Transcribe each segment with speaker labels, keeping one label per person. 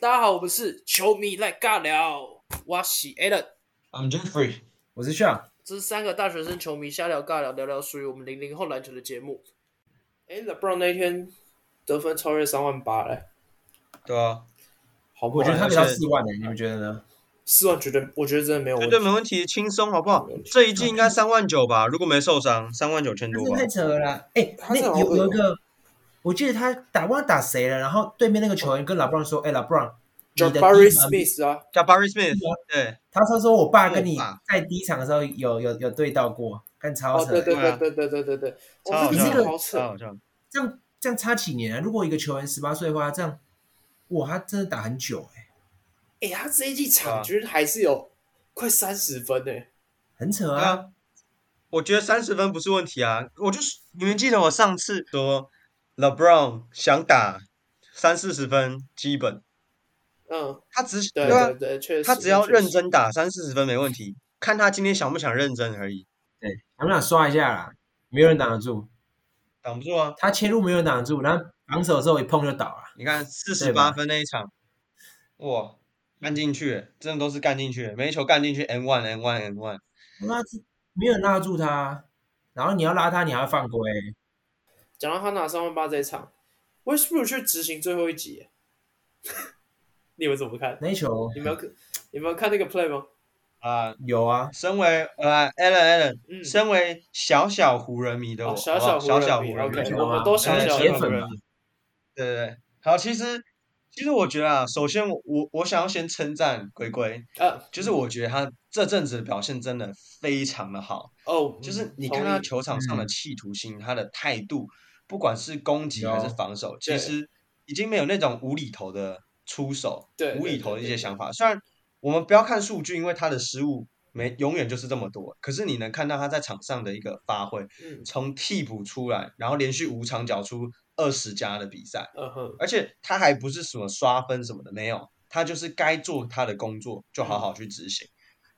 Speaker 1: 大家好，我们是球迷来尬聊，我是 Alan，
Speaker 2: I'm Jeffrey。
Speaker 3: 我是 Sean，
Speaker 1: 这是三个大学生球迷瞎聊尬聊，聊聊属于我们零零后篮球的节目。哎，LeBron 那天得分超越三万八嘞，
Speaker 2: 对啊，
Speaker 1: 好不
Speaker 3: 我
Speaker 1: 好？
Speaker 3: 觉得他
Speaker 2: 而
Speaker 3: 比
Speaker 2: 且
Speaker 3: 较四万的，欸你们觉得呢？
Speaker 1: 四万绝对，我觉得真的没有
Speaker 2: 绝
Speaker 1: 问
Speaker 2: 哎对
Speaker 1: 题。
Speaker 2: 没问题，轻松好不好
Speaker 1: 没问题？
Speaker 2: 这一季应该三万九吧，如果没受伤，三万九千多吧
Speaker 3: 太。扯了啦！哎、
Speaker 1: 他
Speaker 3: 那
Speaker 1: 真的好
Speaker 3: 有
Speaker 1: 恶哦
Speaker 3: 有一个，我记得他打忘了打谁了，然后对面那个球员跟老布朗说：“哎、老布朗，你的
Speaker 1: Jabari
Speaker 3: 第一场
Speaker 1: Smith 啊，
Speaker 2: 加 Barry Smith，对，
Speaker 3: 他说说我爸跟你
Speaker 2: 我爸
Speaker 3: 在第一场的时候有有有对到过，干超
Speaker 1: 哦，
Speaker 3: 扯、
Speaker 1: 对对
Speaker 2: 对啊
Speaker 1: 对对对对对，
Speaker 2: 超
Speaker 1: 哇，
Speaker 2: 好
Speaker 1: 这
Speaker 3: 你这
Speaker 1: 真
Speaker 2: 笑
Speaker 1: 的
Speaker 3: 个
Speaker 1: 好扯
Speaker 2: 啊超，好笑。
Speaker 3: 这样这样差几年啊？如果一个球员十八岁的话，这样哇，他真的打很久
Speaker 1: 哎、
Speaker 3: 哎、
Speaker 1: 他这一季
Speaker 2: 对
Speaker 1: 场
Speaker 2: 啊
Speaker 1: 均还是有快三十分呢、
Speaker 3: 很扯
Speaker 2: 对
Speaker 3: 啊！
Speaker 2: 啊，我觉得三十分不是问题啊。我就是你们记得我上次说 LeBron 想打三四十分基本，
Speaker 1: 嗯，
Speaker 2: 他只
Speaker 1: 对
Speaker 2: 啊
Speaker 1: 对，对，确实，
Speaker 2: 他只要
Speaker 1: 确实
Speaker 2: 认，真打三四十分没问题，看他今天想不想认真而已。
Speaker 3: 对，想不想刷一下啦？没有人挡得住，
Speaker 2: 挡不住啊！
Speaker 3: 他切入没有人挡得住，然后防守的时候一碰就倒了。
Speaker 2: 你看四十
Speaker 3: 对
Speaker 2: 八
Speaker 3: 吧
Speaker 2: 分那一场，哇，干
Speaker 1: 嗯
Speaker 2: 进去，真的都是干进去，每一球干进去，n one n one n one。
Speaker 3: 拉住没有人拉住他，啊然后你要拉他，你还要犯规。
Speaker 1: 讲到他拿三万八这一场，Westbrook 去执行最后一集耶， 你们怎么看？
Speaker 3: 那一球
Speaker 1: 你们有看你们有看那个 play 吗？
Speaker 2: 啊、
Speaker 3: 有啊，
Speaker 2: 身为呃 Allen Allen，、
Speaker 1: 嗯，
Speaker 2: 身为小小湖人迷的我，
Speaker 1: 哦，小
Speaker 2: 好不好
Speaker 1: 湖
Speaker 2: 小
Speaker 1: 迷
Speaker 2: 湖人迷
Speaker 1: ，OK，
Speaker 3: 迷
Speaker 1: 我们都小
Speaker 2: 对
Speaker 1: 小
Speaker 2: 铁
Speaker 1: 湖
Speaker 3: 啊呃粉
Speaker 1: 人
Speaker 3: 嘛
Speaker 1: 迷，
Speaker 2: 对对对。好，其实其实我觉得啊，首先我我我想要先称赞龟龟，
Speaker 1: 嗯，
Speaker 2: 就是我觉得他这阵子的表现真的非常的好，
Speaker 1: 哦，
Speaker 2: 就是你
Speaker 1: 同
Speaker 2: 看他
Speaker 1: 意
Speaker 2: 球场上的
Speaker 3: 嗯
Speaker 2: 企图心，他的态度，不管是攻击还是
Speaker 3: 有
Speaker 2: 防守，其
Speaker 1: 对
Speaker 2: 实已经没有那种无厘头的出手
Speaker 1: 对，
Speaker 2: 无
Speaker 1: 对
Speaker 2: 厘
Speaker 1: 对
Speaker 2: 头的一
Speaker 1: 对
Speaker 2: 些
Speaker 1: 对
Speaker 2: 想法。虽然我们不要看数据，因为他的失误没永远就是这么多，可是你能看到他在场上的一个发挥，
Speaker 1: 嗯
Speaker 2: 从替补出来，然后连续五场缴出二十加的比赛，
Speaker 1: 嗯哼，
Speaker 2: 而且他还不是什么刷分什么的，没有，他就是该做他的工作，就好好去执行。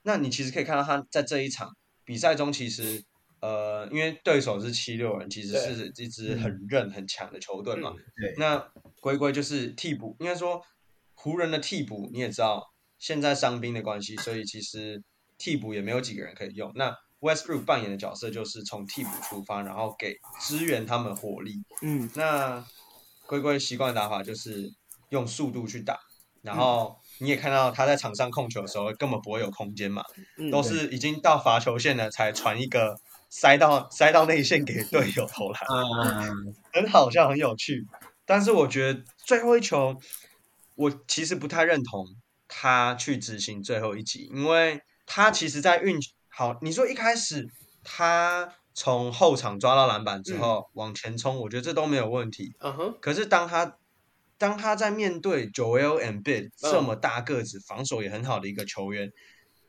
Speaker 2: 那你其实可以看到他在这一场比赛中，其实呃，因为对手是七六人，其实
Speaker 1: 对
Speaker 2: 是一支
Speaker 3: 嗯
Speaker 2: 很韧很强的球队嘛。
Speaker 1: 嗯
Speaker 3: 对，
Speaker 2: 那龟龟就是替补，应该说湖人的替补，你也知道，现在伤兵的关系，所以其实替补也没有几个人可以用。那 Westbrook 扮演的角色就是从替补出发，然后给支援他们火力。
Speaker 1: 嗯，
Speaker 2: 那龟龟习惯的打法就是用速度去打，然后你也看到他在场上控球的时候根本不会有空间嘛，
Speaker 1: 嗯
Speaker 2: 都是已经到罚球线了才传一个塞到 塞到内线给队友投 篮，
Speaker 3: 啊、
Speaker 2: 很好笑，很有趣。但是我觉得最后一球，我其实不太认同他去执行最后一集，因为他其实在运好，你说一开始他从后场抓到篮板之后、往前冲，我觉得这都没有问题。
Speaker 1: 嗯哼，
Speaker 2: 可是当他当他在面对 Joel and
Speaker 1: 嗯
Speaker 2: Bid 这么大个子、防守也很好的一个球员，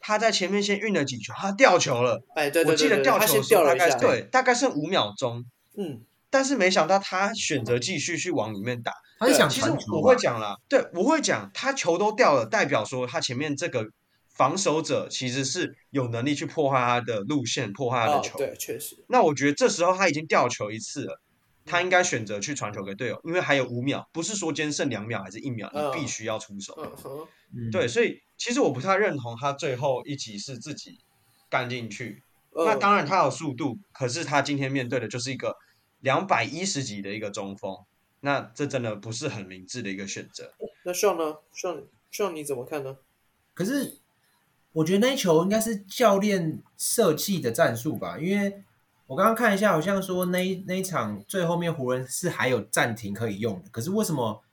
Speaker 2: 他在前面先运了几球，他掉球了。
Speaker 1: 哎，对对
Speaker 2: 我记
Speaker 1: 对
Speaker 2: 得
Speaker 1: 对，
Speaker 2: 掉
Speaker 1: 他先
Speaker 2: 球的时候
Speaker 1: 掉
Speaker 2: 大
Speaker 1: 了一
Speaker 2: 概
Speaker 1: 下，，
Speaker 2: 对，大概剩五秒钟。
Speaker 1: 嗯，
Speaker 2: 但是没想到他选择继续去往里面打。
Speaker 3: 他是想
Speaker 2: 啊其实
Speaker 3: 传球
Speaker 2: 我
Speaker 3: 吧
Speaker 2: 会？讲啦，对我会讲，他球都掉了，代表说他前面这个防守者其实是有能力去破坏他的路线，破坏他的
Speaker 1: 哦
Speaker 2: 球。，
Speaker 1: 对，确实，
Speaker 2: 那我觉得这时候他已经掉球一次了，他
Speaker 1: 嗯
Speaker 2: 应该选择去传球给队友，因为还有五秒，不是说今天剩两秒还是一秒，
Speaker 1: 嗯
Speaker 2: 你必须要出手。
Speaker 1: 嗯哼，
Speaker 3: 嗯，
Speaker 2: 对，所以其实我不太认同他最后一集是自己干进去。
Speaker 1: 嗯
Speaker 2: 那当然他有速度，可是他今天面对的就是一个两百一十级的一个中锋，那这真的不是很明智的一个选择。
Speaker 1: 那 Sean 呢？Sean Sean 你怎么看呢？
Speaker 3: 可是我觉得那一球应该是教练设计的战术吧，因为我刚刚看一下，好像说那一那一场最后面湖人是还有暂停可以用的，可是为什么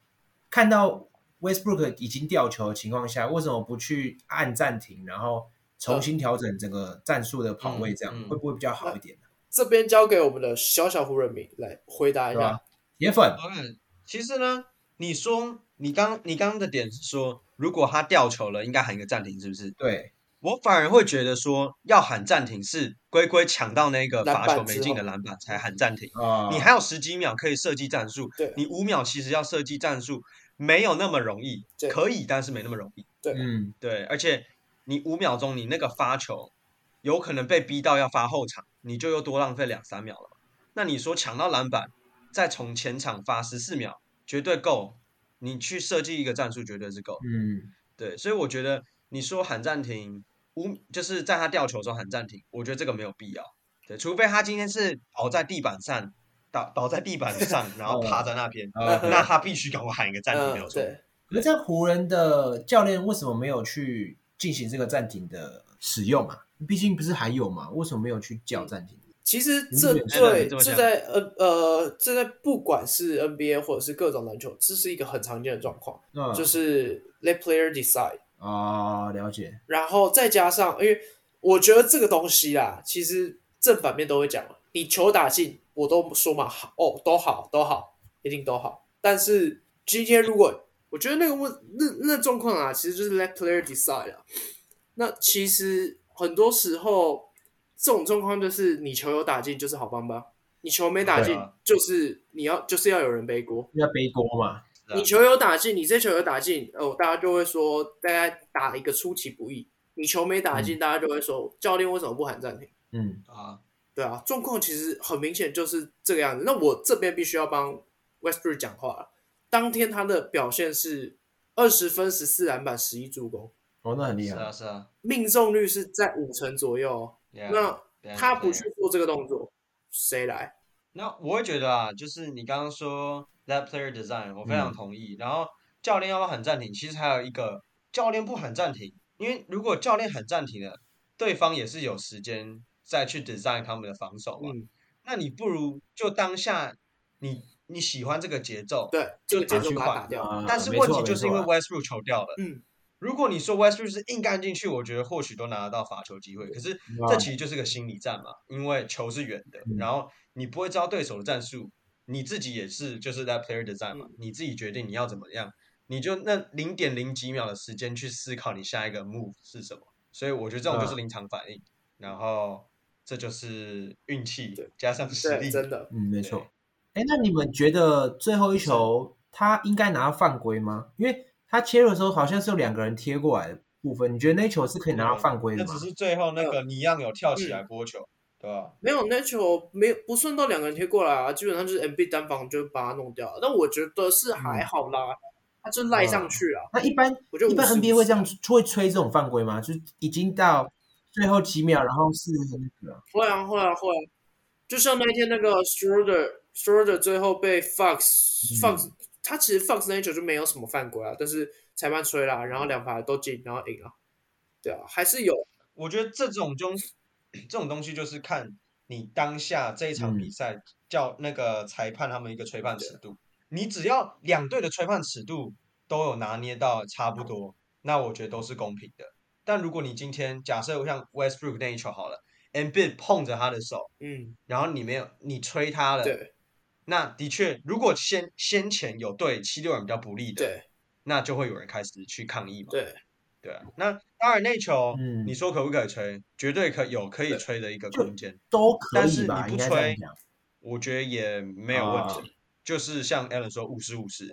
Speaker 3: 看到 Westbrook 已经掉球的情况下，为什么不去按暂停，然后重新调整整个战术的跑位，这样、
Speaker 2: 嗯嗯
Speaker 3: 会不会比较好一点呢？
Speaker 1: 这边交给我们的小小湖人迷来回答一
Speaker 3: 对吧
Speaker 2: 啊
Speaker 1: 下。？
Speaker 3: 铁粉，
Speaker 2: 嗯，其实呢，你说你刚你刚刚的点是说，如果他掉球了，应该喊一个暂停，是不是？
Speaker 3: 对，
Speaker 2: 我反而会觉得说，要喊暂停是龟龟抢到那个罚球没进的篮板才喊暂停。
Speaker 3: 啊、
Speaker 2: 你还有十几秒可以设计战术
Speaker 1: 对，
Speaker 2: 你五秒其实要设计战术没有那么容易
Speaker 1: 对，
Speaker 2: 可以，但是没那么容易。
Speaker 3: 嗯，
Speaker 2: 对，而且你五秒钟你那个发球有可能被逼到要发后场，你就又多浪费两三秒了嘛。那你说抢到篮板，再从前场发十四秒，绝对够你去设计一个战术绝对是够的。
Speaker 3: 嗯，
Speaker 2: 对，所以我觉得你说喊暂停，无就是在他吊球的时候喊暂停，我觉得这个没有必要。对，除非他今天是倒在地板上，倒倒在地板上，然后趴在那边，
Speaker 3: 哦
Speaker 2: 那他必须赶快喊一个暂停，没有
Speaker 1: 嗯，
Speaker 2: 错。
Speaker 1: 对，
Speaker 3: 可是这样湖人的教练为什么没有去进行这个暂停的使用啊？毕竟不是还有嘛，为什么没有去叫暂停？
Speaker 1: 其实
Speaker 3: 你
Speaker 1: 这
Speaker 3: 怎么
Speaker 2: 想
Speaker 1: 对
Speaker 2: 你怎么
Speaker 1: 这
Speaker 2: 想
Speaker 1: 在呃呃这在不管是 NBA 或者是各种篮球，这是一个很常见的状况，
Speaker 3: 嗯，
Speaker 1: 就是 let player decide，
Speaker 3: 哦，了解，
Speaker 1: 然后再加上，因为我觉得这个东西啦，其实正反面都会讲嘛，你球打进，我都说嘛好哦，都好都好，一定都好。但是今天如果我觉得那个问那那状况啊，其实就是 let player decide 啊。那其实很多时候这种状况就是你球有打进就是好帮帮，你球没打
Speaker 2: 对
Speaker 1: 进、
Speaker 2: 啊
Speaker 1: 就是你要就是要有人背锅。
Speaker 3: 要背锅嘛。
Speaker 2: 是啊
Speaker 1: 你球有打进，你这球有打进，哦，大家就会说大家打一个出其不意。你球没打进，大家就会说教练为什么不喊暂停？
Speaker 3: 嗯，
Speaker 2: 啊，
Speaker 1: 对啊，状况其实很明显就是这个样子。那我这边必须要帮 Westbrook 讲话了。当天他的表现是二十分、十四篮板、十一助攻，
Speaker 3: 哦，那很厉
Speaker 2: 是
Speaker 3: 害
Speaker 2: 啊，。是啊。
Speaker 1: 命中率是在五成左右哦。
Speaker 2: Yeah,
Speaker 1: 那
Speaker 2: yeah,
Speaker 1: 他不
Speaker 2: yeah.
Speaker 1: 去做这个动作，谁来？
Speaker 2: 那我会觉得啊，就是你刚刚说 that player design，我非常
Speaker 3: 嗯
Speaker 2: 同意。然后教练要不要喊暂停？其实还有一个，教练不喊暂停，因为如果教练喊暂停了，对方也是有时间再去 design 他们的防守嘛。
Speaker 1: 嗯，
Speaker 2: 那你不如就当下你你喜欢这个节奏，
Speaker 1: 对，这个节奏把它打掉。
Speaker 3: 啊
Speaker 2: 但是
Speaker 3: 没
Speaker 2: 问
Speaker 3: 错
Speaker 2: 题
Speaker 3: 没
Speaker 2: 就是因
Speaker 3: 错
Speaker 2: 为
Speaker 3: 啊
Speaker 2: Westbrook 球掉了。
Speaker 1: 嗯，
Speaker 2: 如果你说 Westbrook 是硬干进去，我觉得或许都拿得到罚球机会。可是这其实就是个心理战嘛，因为球是远的，
Speaker 3: 啊嗯
Speaker 2: 然后你不会知道对手的战术，你自己也是就是 that player 的战
Speaker 3: 嗯
Speaker 2: 嘛，你自己决定你要怎么样，你就那零点零几秒的时间去思考你下一个 move 是什么。所以我觉得这种就是
Speaker 3: 嗯
Speaker 2: 临场反应，然后这就是运气
Speaker 1: 对
Speaker 2: 加上实
Speaker 1: 对，
Speaker 2: 力。
Speaker 1: 真的，
Speaker 3: 嗯，没错。哎，那你们觉得最后一球他应该拿到犯规吗？因为他切入的时候好像是有两个人贴过来的部分，你觉得那一球是可以拿到犯规
Speaker 2: 那
Speaker 3: 的吗
Speaker 2: 只？是最后
Speaker 1: 嗯
Speaker 2: 那个尼样有跳起来拨球，对吧？
Speaker 1: 没有那球没有不顺到两个人贴过来啊，基本上就是 MB 单防就把它弄掉了。但我觉得是还好啦，他就赖上去了。
Speaker 3: 嗯哦那一般
Speaker 1: 我觉得
Speaker 3: 一般
Speaker 1: 50
Speaker 3: NBA 会这样会吹这种犯规吗？就是已经到最后几秒，然后是那个
Speaker 1: 会啊会啊会啊，就像那天那个 Schroeder Schroeder 最后被 Fox、
Speaker 3: 嗯
Speaker 1: Fox，他其实 Fox 那一球就没有什么犯规啊，但是裁判吹啦，然后两排都进，然后赢了。对啊，还是有
Speaker 2: 我觉得这种东这种东西就是看你当下这一场
Speaker 1: 嗯
Speaker 2: 比赛叫那个裁判他们一个吹判尺度，你只要两队的吹判尺度都有拿捏到差不多，那我觉得都是公平的。但如果你今天假设像 Westbrook 那一球好了 m b i d 碰着他的手，
Speaker 1: 嗯
Speaker 2: 然后你没有你吹他了，
Speaker 1: 对
Speaker 2: 那的确如果先先前有对七六人比较不利的，
Speaker 1: 对
Speaker 2: 那就会有人开始去抗议嘛。
Speaker 1: 对
Speaker 2: 对啊，那当然那球，
Speaker 3: 嗯
Speaker 2: 你说可不可以吹？绝对可有可以
Speaker 1: 对
Speaker 2: 吹的一个
Speaker 3: 就
Speaker 2: 空间，
Speaker 3: 都可
Speaker 2: 但
Speaker 3: 以
Speaker 2: 是你
Speaker 3: 吧？
Speaker 2: 不
Speaker 3: 应该这样
Speaker 2: 吹
Speaker 3: 讲。
Speaker 2: 我觉得也没有问
Speaker 3: 啊
Speaker 2: 题。就是像 Alan 说，五十五十。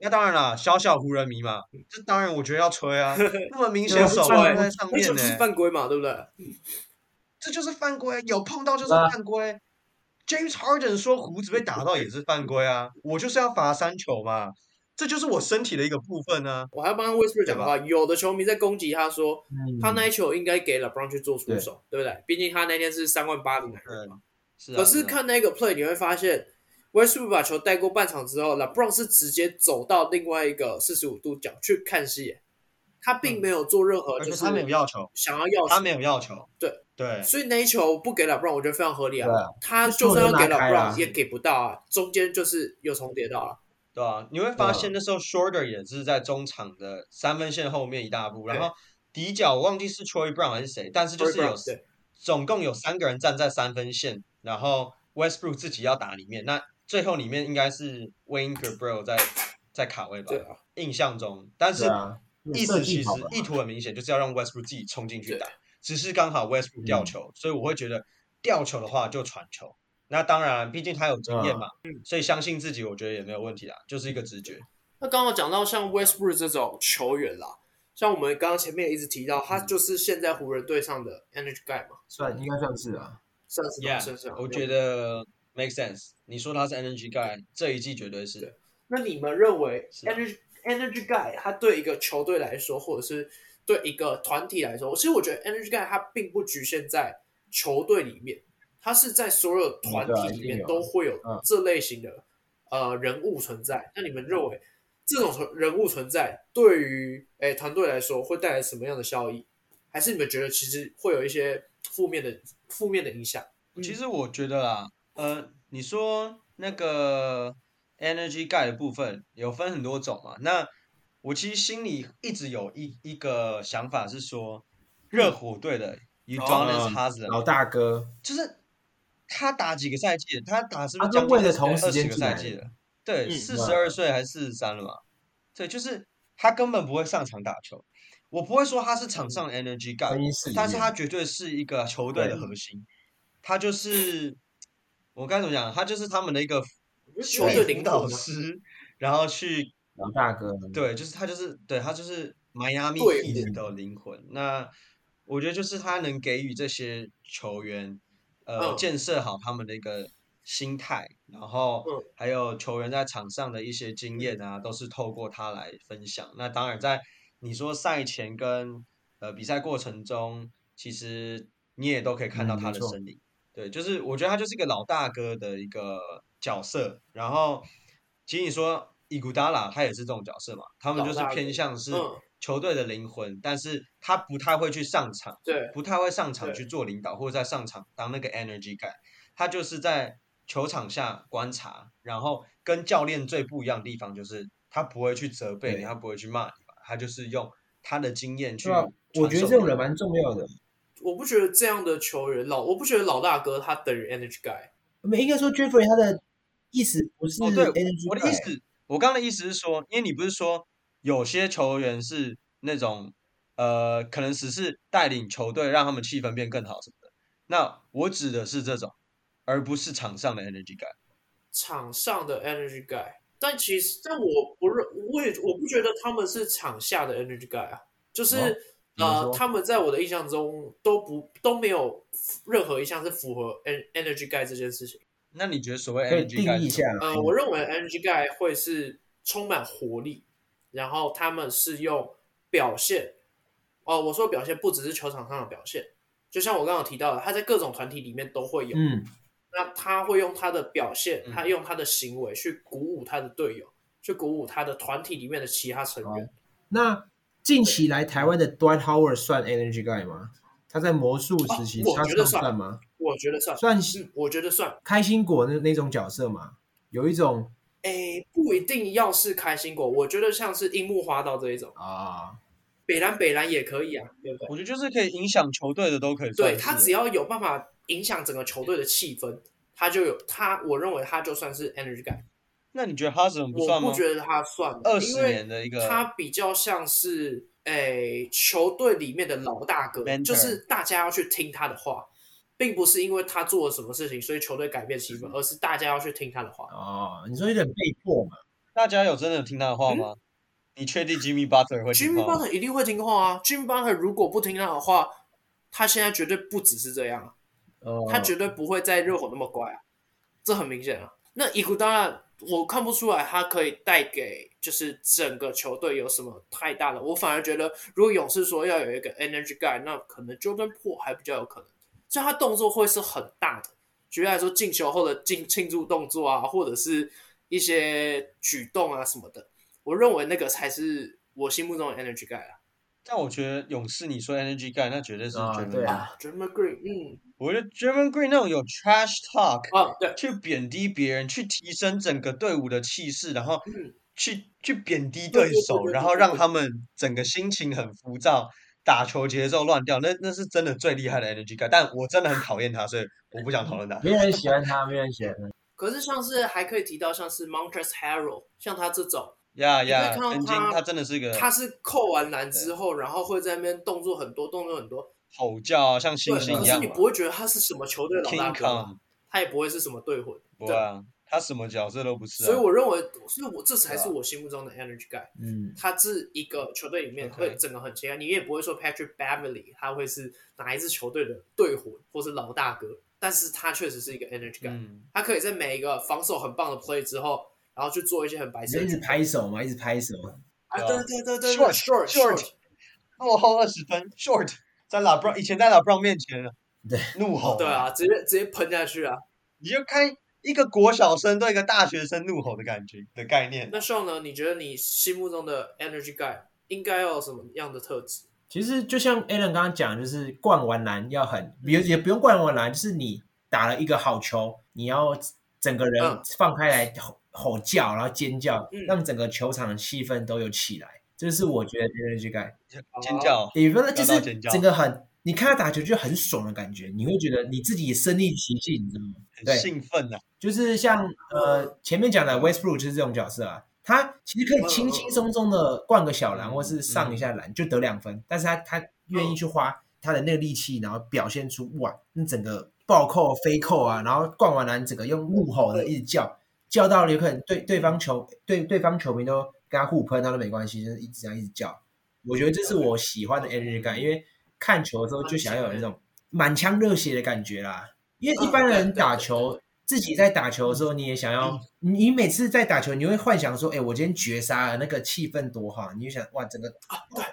Speaker 2: 那当然啦，小小湖人迷嘛，
Speaker 1: 嗯
Speaker 2: 这当然我觉得要吹 啊，那么明
Speaker 1: 对
Speaker 2: 显
Speaker 1: 啊
Speaker 2: 手
Speaker 1: 不吹
Speaker 2: 腕在上
Speaker 1: 那
Speaker 2: 面
Speaker 1: 球
Speaker 2: 呢、
Speaker 1: 是犯规嘛，对不对？
Speaker 2: 这就是犯规，有碰到就是
Speaker 3: 对啊
Speaker 2: 犯规。James Harden 说胡子被打到也是犯规啊，我就是要罚三球嘛，这就是我身体的一个部分啊。
Speaker 1: 我还要帮 Westbrook 讲话，有的球迷在攻击他说，
Speaker 3: 嗯
Speaker 1: 他那一球应该给 LeBron 去做出手，对不对？毕竟他那天是三万八的男人嘛。
Speaker 2: 是啊，
Speaker 1: 可是
Speaker 2: 啊
Speaker 1: 看那个 play，你会发现 Westbrook 把球带过半场之后，LeBron 是直接走到另外一个四十五度角去看戏，他并没有做任何
Speaker 2: 嗯
Speaker 1: 就
Speaker 2: 而且
Speaker 1: 是
Speaker 2: 他没有要求，
Speaker 1: 想要要
Speaker 2: 他
Speaker 1: 球，
Speaker 2: 没有要求，
Speaker 1: 哦对
Speaker 2: 对，
Speaker 1: 所以那一球不给 LeBron，我觉得非常合理啊
Speaker 3: 对啊。
Speaker 1: 他就算要给
Speaker 3: 就拿开啦
Speaker 1: LeBron 也给不到啊，中间就是有重叠到啊。
Speaker 2: 对啊，你会发
Speaker 3: 啊
Speaker 2: 现那时候 Shorter 也是在中场的三分线后面一大步，然
Speaker 1: 对
Speaker 2: 后底角我忘记是 Troy Brown 还是谁，但是就是
Speaker 1: Troy
Speaker 2: 有
Speaker 1: Brown，对
Speaker 2: 总共有三个人站在三分线，然后 Westbrook 自己要打里面，那最后里面应该是 Wayne Gabriel 在在卡位吧
Speaker 1: 对，啊，
Speaker 2: 印象中，但是
Speaker 3: 对啊，
Speaker 2: 意
Speaker 3: 设
Speaker 2: 思
Speaker 3: 计
Speaker 2: 其实
Speaker 3: 好吧
Speaker 2: 意图很明显，就是要让 Westbrook 自己冲进去
Speaker 1: 对
Speaker 2: 打，只是刚好 Westbrook 吊
Speaker 3: 嗯
Speaker 2: 球，所以我会觉得吊球的话就传球。那当然，毕竟他有经验嘛，所以相信自己，我觉得也没有问题啊，就是一个直觉。
Speaker 1: 那刚刚讲到像 Westbrook 这种球员啦，像我们刚刚前面也一直提到，他就是现在湖人队上的 Energy Guy 嘛，
Speaker 3: 算应该算是啊。
Speaker 1: 算是吧
Speaker 2: Yeah，
Speaker 1: 算是吧。
Speaker 2: 我觉得 make sense。你说他是 energy guy，这一季绝对是
Speaker 1: 对。那你们认为
Speaker 2: 是啊
Speaker 1: energy energy guy 他对一个球队来说，或者是对一个团体来说，其实我觉得 energy guy 他并不局限在球队里面，他是在所有团
Speaker 3: 嗯对
Speaker 1: 体
Speaker 3: 啊一定
Speaker 1: 里面
Speaker 3: 有啊
Speaker 1: 都会有
Speaker 3: 嗯
Speaker 1: 这类型的、呃人物存在。那你们
Speaker 3: 嗯
Speaker 1: 认为这种存人物存在对于诶团队来说会带来什么样的效益？还是你们觉得其实会有一些负面的负面的影响？嗯
Speaker 2: 其实我觉得啦，呃，你说那个 energy guy 的部分有分很多种嘛。那我其实心里一直有一一个想法是说，热火队的 Udonis
Speaker 3: 嗯
Speaker 2: Haslem，、
Speaker 3: 老大哥，
Speaker 2: 就是他打几个赛季，他打是不是
Speaker 3: 他跟
Speaker 2: 将近
Speaker 3: 魏德同时
Speaker 2: 二
Speaker 3: 间
Speaker 2: 十个
Speaker 3: 进来
Speaker 2: 赛季了？对，
Speaker 1: 嗯
Speaker 2: 四十二岁还是四十三了嘛？对，就是他根本不会上场打球。我不会说他是场
Speaker 3: 嗯
Speaker 2: 上的 energy guy，
Speaker 3: 更衣室里
Speaker 2: 但是
Speaker 3: 面
Speaker 2: 他绝对是一个球队的
Speaker 3: 对
Speaker 2: 核心，他就是我该怎么讲？他就是他们的一个
Speaker 1: 球队领
Speaker 2: 领
Speaker 1: 导
Speaker 2: 导
Speaker 1: 呢
Speaker 2: 师，然后去
Speaker 3: 老大哥，
Speaker 2: 对，就是他就是对他就是迈阿密
Speaker 1: 对
Speaker 2: Heat 的灵魂。那我觉得就是他能给予这些球员，呃，
Speaker 1: 嗯
Speaker 2: 建设好他们的一个心态，然后
Speaker 1: 嗯
Speaker 2: 还有球员在场上的一些经验啊，都是透过他来分享。那当然，在你说赛前跟呃比赛过程中，其实你也都可以看到
Speaker 3: 嗯
Speaker 2: 他
Speaker 3: 没
Speaker 2: 的
Speaker 3: 错
Speaker 2: 身影。对，就是我觉得他就是一个老大哥的一个角色。然后，其实你说伊古达拉他也是这种角色嘛，他们
Speaker 1: 老
Speaker 2: 就是
Speaker 1: 大哥
Speaker 2: 偏向是
Speaker 1: 嗯
Speaker 2: 球队的灵魂，但是他不太会去上场，
Speaker 1: 对，
Speaker 2: 不太会上场
Speaker 1: 对
Speaker 2: 去做领导，或者在上场当那个 energy guy，他就是在球场下观察，然后跟教练最不一样的地方就是他不会去责备你，
Speaker 3: 对
Speaker 2: 他不会去骂你嘛，他就是用他的经验去
Speaker 3: 对啊
Speaker 2: 传授给你。
Speaker 3: 我觉得这种人蛮重要的。
Speaker 1: 我不觉得这样的球员老，我不觉得老大哥他等于 energy guy。啊
Speaker 3: 没应该说 Jeffrey 他的意思不是
Speaker 2: 哦，对，
Speaker 3: energy，
Speaker 2: 我的意
Speaker 3: guy，
Speaker 2: 思，我刚刚的意思是说，因为你不是说有些球员是那种呃，可能只是带领球队让他们气氛变更好什么的，那我指的是这种，而不是场上的 energy guy。
Speaker 1: 场上的 energy guy，但其实但我不认，我也我不觉得他们是场下的 energy guy 啊，就是、
Speaker 3: 哦怎么
Speaker 1: 呃
Speaker 3: 说，
Speaker 1: 他们在我的印象中都不都没有任何一项是符合 en- energy guy 这件事情。
Speaker 2: 那你觉得所谓
Speaker 3: 可以
Speaker 2: energy
Speaker 3: 定
Speaker 2: guy
Speaker 3: 义一
Speaker 2: 是什
Speaker 3: 下嗯
Speaker 2: 么？
Speaker 3: 啦。
Speaker 1: 呃，我认为 energy guy 会是充满活力，然后他们是用表现，哦、我说表现不只是球场上的表现，就像我刚刚有提到的，他在各种团体里面都会有。
Speaker 3: 嗯，
Speaker 1: 那他会用他的表现，
Speaker 2: 嗯
Speaker 1: 他用他的行为去鼓舞他的队友，去鼓舞他的团体里面的其他成
Speaker 2: 哦
Speaker 1: 员。
Speaker 3: 那近期来台湾的 Dwight Howard 算 energy guy 吗？他在魔术
Speaker 2: 啊
Speaker 3: 时期，
Speaker 1: 哦我
Speaker 3: 他
Speaker 1: 觉得算
Speaker 3: 算吗？
Speaker 1: 我觉得算，
Speaker 3: 算
Speaker 1: 嗯，我觉得算。
Speaker 3: 开心果那那种角色嘛，有一种
Speaker 1: 诶，不一定要是开心果，我觉得像是樱木花道这一种，
Speaker 3: 啊，
Speaker 1: 北兰北兰也可以啊，对不对？
Speaker 2: 我觉得就是可以影响球队的都可以算
Speaker 1: 对
Speaker 2: 是。
Speaker 1: 他只要有办法影响整个球队的气氛，他就有他，我认为他就算是 energy guy。
Speaker 2: 那你觉得哈森不
Speaker 1: 我
Speaker 2: 算吗
Speaker 1: 不？觉得他算，
Speaker 2: 二
Speaker 1: 因
Speaker 2: 十
Speaker 1: 为
Speaker 2: 年的一个，
Speaker 1: 他比较像是诶、球队里面的老大哥
Speaker 2: Mentor
Speaker 1: 就是大家要去听他的话，并不是因为他做了什么事情，所以球队改变气氛，而是大家要去听他的话。
Speaker 3: 哦，你说有点被迫嘛？
Speaker 2: 大家有真的有听他的话吗？你确定 Jimmy Butler 会听
Speaker 1: 嗯 Jimmy
Speaker 2: 话吗？
Speaker 1: Butler 一定会听话啊，Jimmy Butler 如果不听他的话，他现在绝对不只是这样啊，
Speaker 3: 哦，
Speaker 1: 他绝对不会在热火那么乖啊，这很明显啊。那伊古当然，我看不出来他可以带给就是整个球队有什么太大的。我反而觉得，如果勇士说要有一个 energy guy，那可能 Jordan p o o 还比较有可能，所以他动作会是很大的。举例来说，进球后的庆庆祝动作啊，或者是一些举动啊什么的，我认为那个才是我心目中的 energy guy 啊。
Speaker 2: 但我觉得勇士，你说 energy guy，那绝对是
Speaker 3: 啊
Speaker 2: Draymond
Speaker 3: 对
Speaker 2: Green
Speaker 3: 啊
Speaker 1: 啊 d r a m a Green，
Speaker 2: 我觉得 German Green 那种有 trash talk，
Speaker 1: 嗯，啊，对，
Speaker 2: 去贬低别人，去提升整个队伍的气势，然后
Speaker 1: 嗯
Speaker 2: 去去贬低
Speaker 1: 对
Speaker 2: 对
Speaker 1: 对对
Speaker 2: 手，
Speaker 1: 对
Speaker 2: 然
Speaker 1: 对
Speaker 2: 后
Speaker 1: 对
Speaker 2: 让
Speaker 1: 对
Speaker 2: 他们整个心情很浮躁，打球节奏乱掉，那那是真的最厉害的 energy guy。但我真的很讨厌他，所以我不想讨 论他。
Speaker 3: 没人喜欢他，没人喜欢他。
Speaker 1: 可是像是还可以提到像是 Montrezl Harrell，像他这种，
Speaker 2: 呀
Speaker 1: 你会
Speaker 2: 呀，
Speaker 1: 看到
Speaker 2: 曾经
Speaker 1: 他
Speaker 2: 他真的是一个
Speaker 1: 他是扣完篮之后，然后会在那边动作很多，动作很多，
Speaker 2: 吼叫，啊像
Speaker 1: 对，
Speaker 2: 猩猩
Speaker 1: 可
Speaker 2: 一
Speaker 1: 是
Speaker 2: 样
Speaker 1: 你
Speaker 2: 嘛。
Speaker 1: 不会觉得他是什么球队老大
Speaker 2: King
Speaker 1: 哥啊，
Speaker 2: Kong，
Speaker 1: 他也不会是什么队魂，
Speaker 2: 不
Speaker 1: 对
Speaker 2: 会啊，他什么角色都不是啊。
Speaker 1: 所以我认为，所以我这才是
Speaker 2: 对啊
Speaker 1: 我心目中的 energy guy，
Speaker 3: 嗯，
Speaker 1: 他是一个球队里面
Speaker 2: OK
Speaker 1: 会整个很强，你也不会说 Patrick Beverly 他会是哪一支球队的队魂或是老大哥，但是他确实是一个 energy guy，
Speaker 2: 嗯，
Speaker 1: 他可以在每一个防守很棒的 play 之后，然后去做一些很白
Speaker 3: 你
Speaker 1: 色
Speaker 3: 就
Speaker 1: 的
Speaker 3: 一
Speaker 1: 举
Speaker 3: 直
Speaker 1: 动
Speaker 3: 拍手嘛，一直拍手。
Speaker 1: 啊，
Speaker 2: 对
Speaker 1: 对
Speaker 2: 啊
Speaker 1: 对对对
Speaker 2: Short，
Speaker 1: short
Speaker 2: short 落后二十分，short 在拉布朗以前在拉布朗面前了，
Speaker 3: 对，
Speaker 2: 怒吼，
Speaker 1: 对，啊，直接直接喷下去啊。
Speaker 2: 你就看一个国小生对一个大学生怒吼的感觉的概念，
Speaker 1: 那 Sean 呢？你觉得你心目中的 energy guy 应该要有什么样的特质？
Speaker 3: 其实就像 Alan 刚刚讲，就是灌完篮要很，也也不用灌完篮，就是你打了一个好球，你要整个人
Speaker 1: 嗯
Speaker 3: 放开来吼吼叫，然后尖叫
Speaker 1: 嗯，
Speaker 3: 让整个球场的气氛都有起来。这是我觉得 energy guy，
Speaker 2: 尖叫，
Speaker 3: 也不是
Speaker 2: 到
Speaker 3: 就是
Speaker 2: 尖叫
Speaker 3: 整个很，你看他打球就很爽的感觉，你会觉得你自己也身临其境，你知道吗？
Speaker 2: 很
Speaker 3: 对
Speaker 2: 兴奋啊呐，
Speaker 3: 就是像呃前面讲的 Westbrook 就是这种角色啊，他其实可以轻轻松松的灌个小篮
Speaker 2: 嗯哦
Speaker 3: 或是上一下篮就得两分，但是他他愿意去花他的那个力气，然后表现出哇，那整个暴扣、飞扣啊，然后灌完篮整个用怒吼的一直叫，叫到有可能对对方球对对方球迷都跟他互喷，他都没关系，就是一直这样一直叫。我觉得这是我喜欢
Speaker 2: 嗯
Speaker 3: 的 energy 感，因为看球的时候就想要有那种满腔热血的感觉啦。因为一般人打球，自己在打球的时候，你也想要，你你每次在打球，你会幻想说，哎，我今天绝杀了，那个气氛多好，你就想哇，整个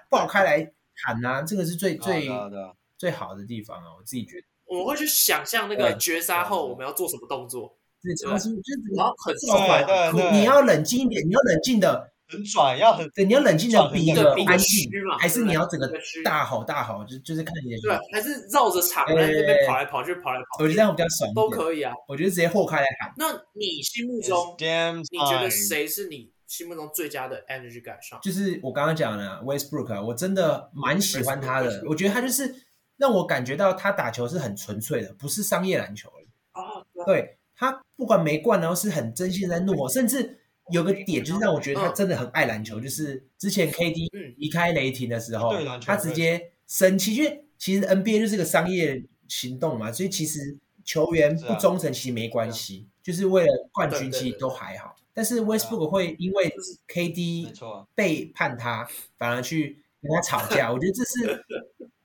Speaker 3: 爆开来喊啊，这个是最最
Speaker 2: 对啊对啊
Speaker 3: 最好的地方啊，我自己觉得。
Speaker 1: 我们会去想象那个
Speaker 3: 对
Speaker 1: 绝杀后
Speaker 2: 对
Speaker 1: 我们要做什么动作，
Speaker 3: 这就是就是整个
Speaker 1: 然后很啊
Speaker 3: 爆
Speaker 1: 爽
Speaker 3: 款
Speaker 2: 对对对
Speaker 3: 你要冷静一点，你要冷静的，
Speaker 2: 很拽，要很
Speaker 3: 对，你要冷静的
Speaker 2: 爽
Speaker 3: 比一
Speaker 2: 对
Speaker 3: 个
Speaker 1: 比一个
Speaker 3: 安
Speaker 1: 虚
Speaker 3: 静
Speaker 1: 嘛，
Speaker 3: 还是你要整个
Speaker 1: 比一个虚
Speaker 3: 大吼大吼，就就是看你的。
Speaker 1: 对，还是绕着场在那边跑来跑去，跑来跑
Speaker 3: 我觉得
Speaker 1: 去
Speaker 3: 这样比较爽
Speaker 1: 都
Speaker 3: 一点。
Speaker 1: 可以啊。
Speaker 3: 我觉得直接豁开来喊，
Speaker 1: 那你心目
Speaker 2: It's
Speaker 1: 中，
Speaker 2: damn
Speaker 1: 你觉得
Speaker 2: time
Speaker 1: 谁是你心目中最佳的 energy guy 上？
Speaker 3: 就是我刚刚讲的啊 Westbrook，啊我真的蛮喜欢他
Speaker 1: Westbrook，
Speaker 3: 的。
Speaker 1: Westbrook
Speaker 3: 我觉得他就是让我感觉到他打球是很纯粹的，不是商业篮球了。
Speaker 1: 哦，对
Speaker 3: 对他不管没灌，然后是很真心在怒吼，甚至有个点就是让我觉得他真的很爱篮球，就是之前 KD
Speaker 1: 嗯
Speaker 3: 离开雷霆的时候
Speaker 2: 哦对篮，球
Speaker 3: 他直接生气，因为其实 NBA 就是个商业行动嘛，所以其实球员
Speaker 2: 是啊
Speaker 3: 不忠诚其实没关系，就是为了冠
Speaker 1: 对
Speaker 3: 军
Speaker 1: 对
Speaker 3: 其实
Speaker 1: 对
Speaker 3: 都还好。但是 Westbrook 会因为 KD
Speaker 2: 啊没错，
Speaker 3: 背叛他，反而去跟他吵架。我觉得这是，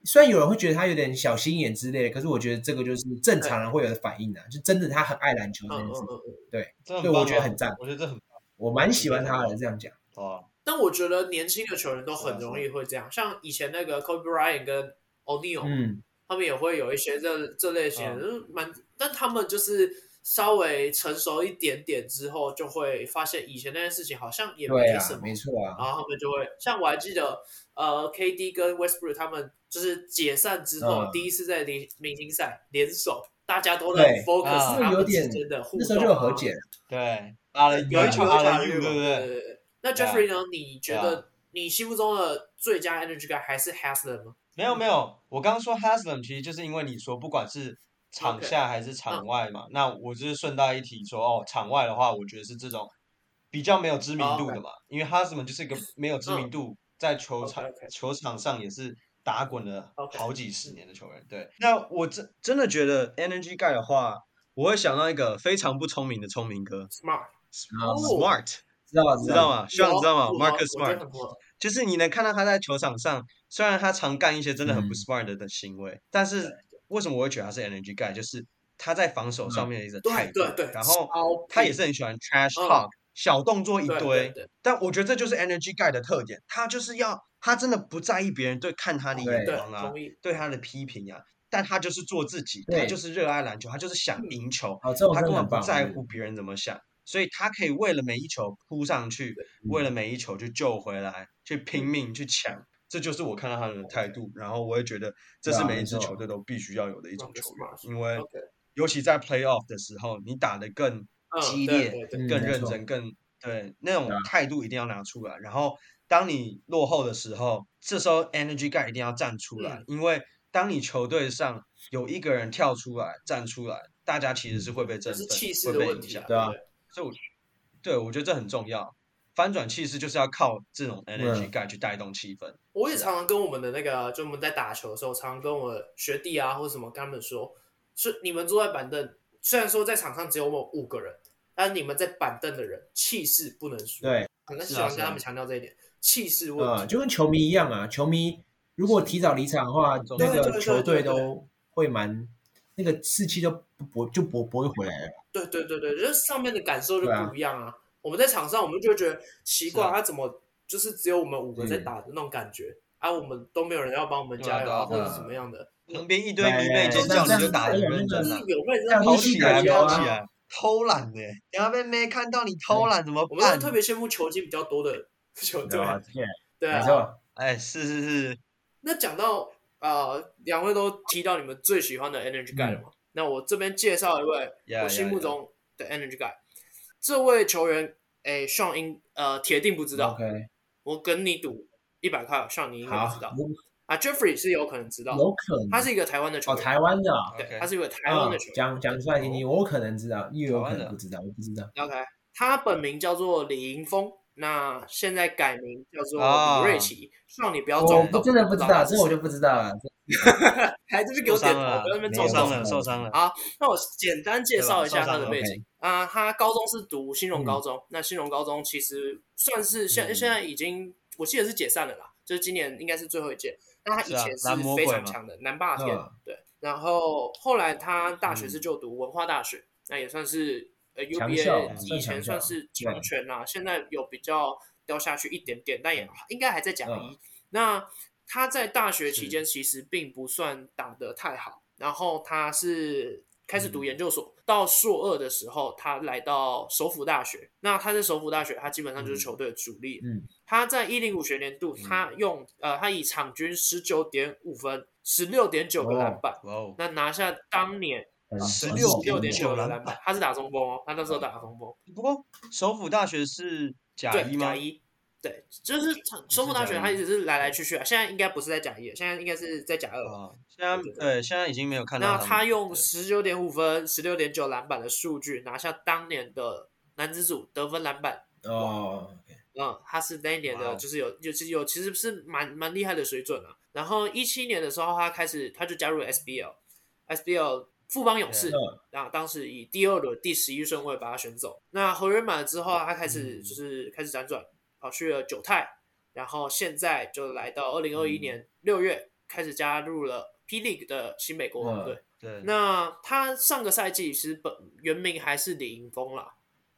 Speaker 3: 虽然有人会觉得他有点小心眼之类的，可是我觉得这个就是正常人会有的反应啊，就真的他很爱篮球
Speaker 1: 嗯
Speaker 3: 这件
Speaker 1: 嗯
Speaker 3: 事
Speaker 1: 嗯
Speaker 3: 情，
Speaker 1: 嗯。
Speaker 2: 这很
Speaker 3: 对
Speaker 2: 棒
Speaker 3: 我觉得
Speaker 2: 啊
Speaker 3: 很赞
Speaker 2: 我觉得这很棒
Speaker 3: 我蛮喜欢他的。这样讲，
Speaker 2: 哦，
Speaker 1: 但我觉得年轻的球员都
Speaker 2: 是
Speaker 1: 很
Speaker 2: 啊
Speaker 1: 容易会这样，像以前那个 Kobe Bryant 跟 O'Neal，、
Speaker 3: 嗯，
Speaker 1: 他们也会有一些这这类型的，就是蛮，但他们就是稍微成熟一点点之后，就会发现以前那件事情好像也
Speaker 3: 对
Speaker 1: 没
Speaker 3: 啊
Speaker 1: 什，么，
Speaker 3: 没错啊，
Speaker 1: 然后他们就会，像我还记得，呃，KD 跟 Westbrook 他们就是解散之后，
Speaker 3: 嗯
Speaker 1: 第一次在联明星赛联手，大家都在
Speaker 3: 对
Speaker 1: focus
Speaker 2: 啊
Speaker 1: 他
Speaker 3: 就有
Speaker 1: 们
Speaker 3: 点
Speaker 1: 之间的互动、
Speaker 3: 那
Speaker 1: 啊，
Speaker 3: 时候就有和解了。嗯
Speaker 2: 对，阿了 U，
Speaker 1: 有一球
Speaker 2: 阿
Speaker 1: 打
Speaker 2: 了 U，对不
Speaker 1: 对
Speaker 2: 对？
Speaker 1: 对。那
Speaker 3: 啊
Speaker 1: Jeffrey 呢？你觉
Speaker 2: 对
Speaker 1: 得你心目中的最佳 energy guy 还是 Haslam 吗？
Speaker 2: 没有没有，我刚刚说 Haslam 其实就是因为你说不管是场
Speaker 1: OK，嗯
Speaker 2: 下还是场外嘛，那我就是顺带一提说哦，场外的话，我觉得是这种比较没有知名
Speaker 1: 哦
Speaker 2: 度的嘛，因为 Haslam 就是一个没有知名
Speaker 1: 嗯
Speaker 2: 度，在球场
Speaker 1: OK，OK
Speaker 2: 球场上也是打滚了
Speaker 1: OK
Speaker 2: 好几十年的球员。对，那我真真的觉得 Energy Guy 的话，我会想到一个非常不聪明的聪明哥
Speaker 1: Smart，啊
Speaker 3: 哦
Speaker 2: ，Smart，
Speaker 3: 知道
Speaker 2: 你
Speaker 3: 知
Speaker 2: 知道
Speaker 3: 道，
Speaker 2: 吗？像你知道吗
Speaker 1: 我
Speaker 2: ？Marcus
Speaker 1: 我觉
Speaker 2: Smart
Speaker 1: 得。很多
Speaker 2: 就是你能看到他在球场上，虽然他常干一些真的很不
Speaker 3: 嗯
Speaker 2: smart 的的行为，但是为什么我会觉得他是 energy guy？就是他在防守上面的一个态
Speaker 1: 嗯对
Speaker 2: 度，
Speaker 1: 对对，
Speaker 2: 然后
Speaker 1: 超
Speaker 2: 他也
Speaker 1: 拼
Speaker 2: 是很喜欢 trash
Speaker 1: 嗯
Speaker 2: talk，、小动作一
Speaker 1: 对
Speaker 2: 堆。
Speaker 1: 对对
Speaker 2: 但我觉得这就是 energy guy 的特点，他就是要他真的不在意别人对看他的眼
Speaker 1: 对，
Speaker 2: 光啊，
Speaker 1: 同意。
Speaker 2: 对他的批评啊，但他就是做自己，他
Speaker 3: 对
Speaker 2: 就是热爱篮球，他就是想
Speaker 1: 嗯
Speaker 2: 赢球，
Speaker 3: 哦，这种
Speaker 2: 他
Speaker 3: 真
Speaker 2: 根本
Speaker 3: 的很
Speaker 2: 不
Speaker 3: 棒，嗯
Speaker 2: 在乎别人怎么想，所以他可以为了每一球扑上去，为
Speaker 3: 嗯
Speaker 2: 了每一球去救回来，去拼命去抢。这就是我看到他的态度，然后我也觉得这
Speaker 3: 哦对
Speaker 2: 是
Speaker 3: 啊
Speaker 2: 每一
Speaker 3: 没
Speaker 2: 支
Speaker 3: 错
Speaker 2: 球队都必须要有的一种球员，
Speaker 1: Marcus Smart
Speaker 2: 因为
Speaker 3: 嗯
Speaker 1: OK，
Speaker 2: 尤其在 playoff 的时候，你打得更
Speaker 1: 嗯，
Speaker 2: 激
Speaker 1: 对
Speaker 2: 烈
Speaker 1: 对对
Speaker 3: 嗯
Speaker 2: 更
Speaker 3: 没
Speaker 2: 认
Speaker 3: 错
Speaker 2: 真、更对那种
Speaker 3: 对啊
Speaker 2: 态度一定要拿出来。然后，当你落后的时候，这时候 energy guy 一定要站出来，
Speaker 1: 嗯
Speaker 2: 因为当你球队上有一个人跳出来站出来，大家其
Speaker 3: 嗯
Speaker 2: 实是会被振
Speaker 1: 这
Speaker 2: 奋
Speaker 1: 是气、势
Speaker 2: 会
Speaker 1: 的
Speaker 2: 被
Speaker 1: 问
Speaker 2: 影
Speaker 1: 题
Speaker 2: 响
Speaker 1: 啊，。
Speaker 3: 对啊
Speaker 1: 不
Speaker 2: 所以我，对我觉得这很重要。翻转气势就是要靠这种 energy
Speaker 3: 嗯
Speaker 2: guy 去带动气氛。
Speaker 1: 我也常常跟我们的那个，就我们在打球的时候，常常跟我的学弟啊或者什么跟他们说，是你们坐在板凳，虽然说在场上只有我们五个人，但是你们在板凳的人气势不能输。，
Speaker 3: 对，
Speaker 1: 很喜
Speaker 2: 是啊
Speaker 1: 欢
Speaker 2: 是
Speaker 1: 跟
Speaker 2: 啊嗯
Speaker 1: 他们强调这一点，气势问
Speaker 3: 呃，
Speaker 1: 题。
Speaker 3: 就跟球迷一样啊，球迷如果提早离场的话
Speaker 2: 很重，要
Speaker 3: 那
Speaker 1: 对对
Speaker 3: 个
Speaker 1: 对
Speaker 3: 球
Speaker 1: 对对
Speaker 3: 队都会蛮那个士气都不不就不不会回来了。
Speaker 1: 对对对对，就是上面的感受就
Speaker 3: 对啊
Speaker 1: 不一样啊。我们在场上，我们就会觉得奇怪，
Speaker 2: 是啊
Speaker 1: 他怎么就是只有我们五个在
Speaker 3: 嗯
Speaker 1: 打的那种感觉、啊？我们都没有人要帮我们
Speaker 2: 对啊
Speaker 1: 加油
Speaker 2: 对啊
Speaker 1: 或者
Speaker 3: 对啊
Speaker 1: 是怎么样的？
Speaker 2: 旁边一堆迷妹尖叫，
Speaker 3: 对
Speaker 2: 你就打的认
Speaker 1: 就
Speaker 2: 真
Speaker 1: 是
Speaker 2: 了，
Speaker 1: 有认
Speaker 3: 这样
Speaker 1: 真
Speaker 2: 跑
Speaker 3: 就
Speaker 2: 起
Speaker 3: 是
Speaker 2: 来，
Speaker 3: 感觉
Speaker 2: 跑
Speaker 3: 啊
Speaker 2: 起来，偷懒的，你要被妹看到你偷懒怎么
Speaker 1: 我们是
Speaker 2: 办？
Speaker 1: 特别羡慕球技比较多 的球队，
Speaker 3: 吧？
Speaker 1: 对
Speaker 3: 没
Speaker 1: 啊。
Speaker 3: 错，
Speaker 2: 哎，是是是，
Speaker 1: 那讲到呃，两位都提到你们最喜欢的 Energy Guy
Speaker 3: 嗯
Speaker 1: 了嘛？那我这边介绍一位
Speaker 2: 呀
Speaker 1: 我心
Speaker 2: 呀
Speaker 1: 目
Speaker 2: 呀
Speaker 1: 中的 Energy Guy，这位球员，哎，上英呃，铁定不知道。
Speaker 3: OK，
Speaker 1: 我跟你赌一百块，上你应该不
Speaker 3: 好
Speaker 1: 知道，啊。Jeffrey 是有可能知道，
Speaker 3: 有可能
Speaker 1: 他是一个台湾的球
Speaker 3: 哦，
Speaker 1: 员，
Speaker 3: 台湾的啊
Speaker 1: 对，
Speaker 2: OK
Speaker 1: 他是一个台湾
Speaker 3: 啊
Speaker 1: 的哦球员。
Speaker 3: 讲讲出来听听，我可能知道，又有可
Speaker 2: 台湾的
Speaker 3: 能不知道，我不知道。
Speaker 1: OK，他本名叫做李盈峰，那现在改名叫做
Speaker 2: 啊
Speaker 1: 李瑞奇。希望你不要
Speaker 3: 哦我
Speaker 1: 撞
Speaker 3: 不
Speaker 1: 到，
Speaker 3: 真的不知道，这我
Speaker 1: 就
Speaker 3: 就不知道了。
Speaker 1: 还这边给
Speaker 2: 受
Speaker 1: 我点
Speaker 2: 伤
Speaker 1: 头，
Speaker 2: 了
Speaker 1: 不要在那边
Speaker 3: 没
Speaker 1: 撞
Speaker 2: 受
Speaker 3: 有
Speaker 1: 到
Speaker 2: 伤了，受伤了
Speaker 1: 好。那我简单介绍一下他的背景啊，他高中是读新荣
Speaker 3: 嗯
Speaker 1: 高中，那新荣高中其实算是现、
Speaker 2: 嗯
Speaker 1: 现在已经我记得是解散了啦，就是今年应该是最后一届。那他以
Speaker 2: 是啊
Speaker 1: 前
Speaker 2: 蓝魔
Speaker 1: 非
Speaker 2: 鬼
Speaker 1: 常
Speaker 2: 嘛
Speaker 1: 强的南霸天，
Speaker 3: 嗯
Speaker 1: 对，然后后来他大
Speaker 2: 嗯
Speaker 1: 学是就读文化大学，那也算是呃
Speaker 3: 强校啊
Speaker 1: UBA 以前算
Speaker 3: 算强校
Speaker 1: 是强权啦、现在有比较掉下去一点点，但也
Speaker 2: 嗯
Speaker 1: 应该还在甲一。那他在大学期间其实并不算打得太好，然后他是开始读研究所，到硕二的时候，他来到首府大学。那他在首府大学，他基本上就是球队的主力。
Speaker 3: 嗯，
Speaker 1: 他在一零五学年度，他用呃，他以场均十九点五分、十六点九个篮板，
Speaker 2: 哇哦，
Speaker 1: 那拿下当年
Speaker 2: 16
Speaker 1: 十六
Speaker 2: 16
Speaker 1: 点九个
Speaker 2: 篮
Speaker 1: 篮板。他是打中锋哦，他那时候打中锋。
Speaker 2: 不过首府大学是甲
Speaker 1: 对，
Speaker 2: 一吗
Speaker 1: 甲？一，对，就是首府大学，
Speaker 2: 甲一
Speaker 1: 它一直是来来去去啊。现在应该不是在甲一，现在应该是在甲二吧。
Speaker 2: 啊，现在
Speaker 1: 对对
Speaker 2: 对，现在已经没有看
Speaker 1: 那
Speaker 2: 到
Speaker 1: 他
Speaker 2: 们
Speaker 1: 用
Speaker 2: 对
Speaker 1: 十九点五分、十六点九篮板的数据拿下当年的男子组得分篮板，
Speaker 3: 哦，
Speaker 1: 嗯，他是那一年
Speaker 2: 哇
Speaker 1: 的，
Speaker 2: 哦
Speaker 1: 就是有，就是有，其实是蛮蛮厉害的水准啊。然后一七年的时候，他开始他就加入 SBL，SBL 富邦勇士
Speaker 3: 嗯，
Speaker 1: 那当时以第二轮第十一顺位把他选走。那合约满了之后，啊他开始
Speaker 2: 嗯
Speaker 1: 就是开始辗转，跑去了九泰，然后现在就来到二零二一
Speaker 2: 嗯
Speaker 1: 年六月开始加入了 P League 的新美国
Speaker 2: 嗯
Speaker 1: 王队。
Speaker 2: 对，
Speaker 1: 那他上个赛季其实本原名还是李盈峰啦，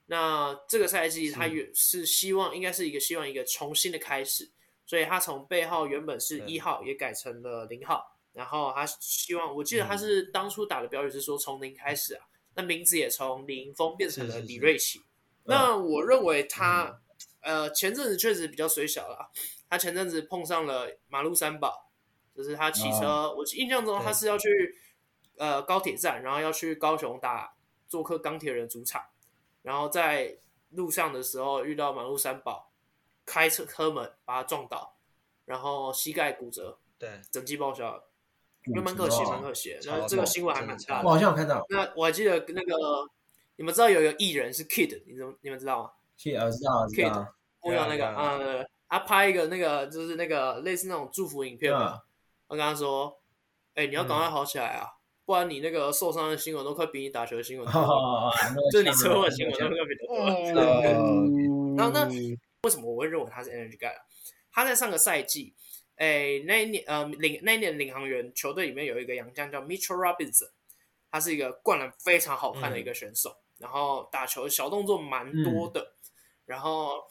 Speaker 1: 那这个赛季他
Speaker 2: 是
Speaker 1: 也是希望应该是一个希望一个重新的开始，所以他从背号原本是
Speaker 2: 对
Speaker 1: 一号也改成了零号，然后他希望我记得他是当初打的标语是说从零开始啊，那名字也从李盈峰变成了
Speaker 2: 是是嗯
Speaker 1: 李
Speaker 2: 是
Speaker 1: 瑞奇。那我认为他、
Speaker 2: 嗯
Speaker 1: 呃前阵子确实比较水小啦，他前阵子碰上了马路三宝，就是他骑车，我印象中他
Speaker 2: 对
Speaker 1: 是要去呃高铁站，然后要去高雄打做客钢铁人主场，然后在路上的时候遇到马路三宝，开车车门把他撞倒，然后膝盖骨折，
Speaker 2: 对，
Speaker 1: 整季报销了，
Speaker 3: 骨折
Speaker 1: 蛮可惜，
Speaker 3: 哦
Speaker 1: 蛮可惜的。
Speaker 2: 超
Speaker 1: 那这个
Speaker 2: 痛
Speaker 1: 新闻还
Speaker 2: 真的
Speaker 1: 蛮大
Speaker 3: 我
Speaker 1: 的。
Speaker 3: 好像有看到，
Speaker 1: 那我还记得那个，你们知道有一个艺人是 Kid，你们你们知道吗？
Speaker 3: 去，我知道，知道，
Speaker 1: 欧阳那个，
Speaker 2: 对啊
Speaker 1: 呃，他拍一个那个就是那个类似那种祝福影片
Speaker 2: 嗯
Speaker 1: 嘛，
Speaker 3: 啊
Speaker 1: 他跟他说，哎、你要赶快好起来啊，不然你那个受伤的新闻都快比你打球的新闻多 了，
Speaker 3: 哦，
Speaker 1: 就是你车祸的新闻都快比你多
Speaker 2: 哦
Speaker 1: 了。啊
Speaker 2: 嗯
Speaker 1: 然后那为什么我会认为他是 Energy Guy？、啊、他在上个赛季，哎、那一年呃领那一年领航员球队里面有一个洋将叫 Mitchell Robinson，他是一个灌篮非常好看的一个选手，然后打球小动作蛮多的，然后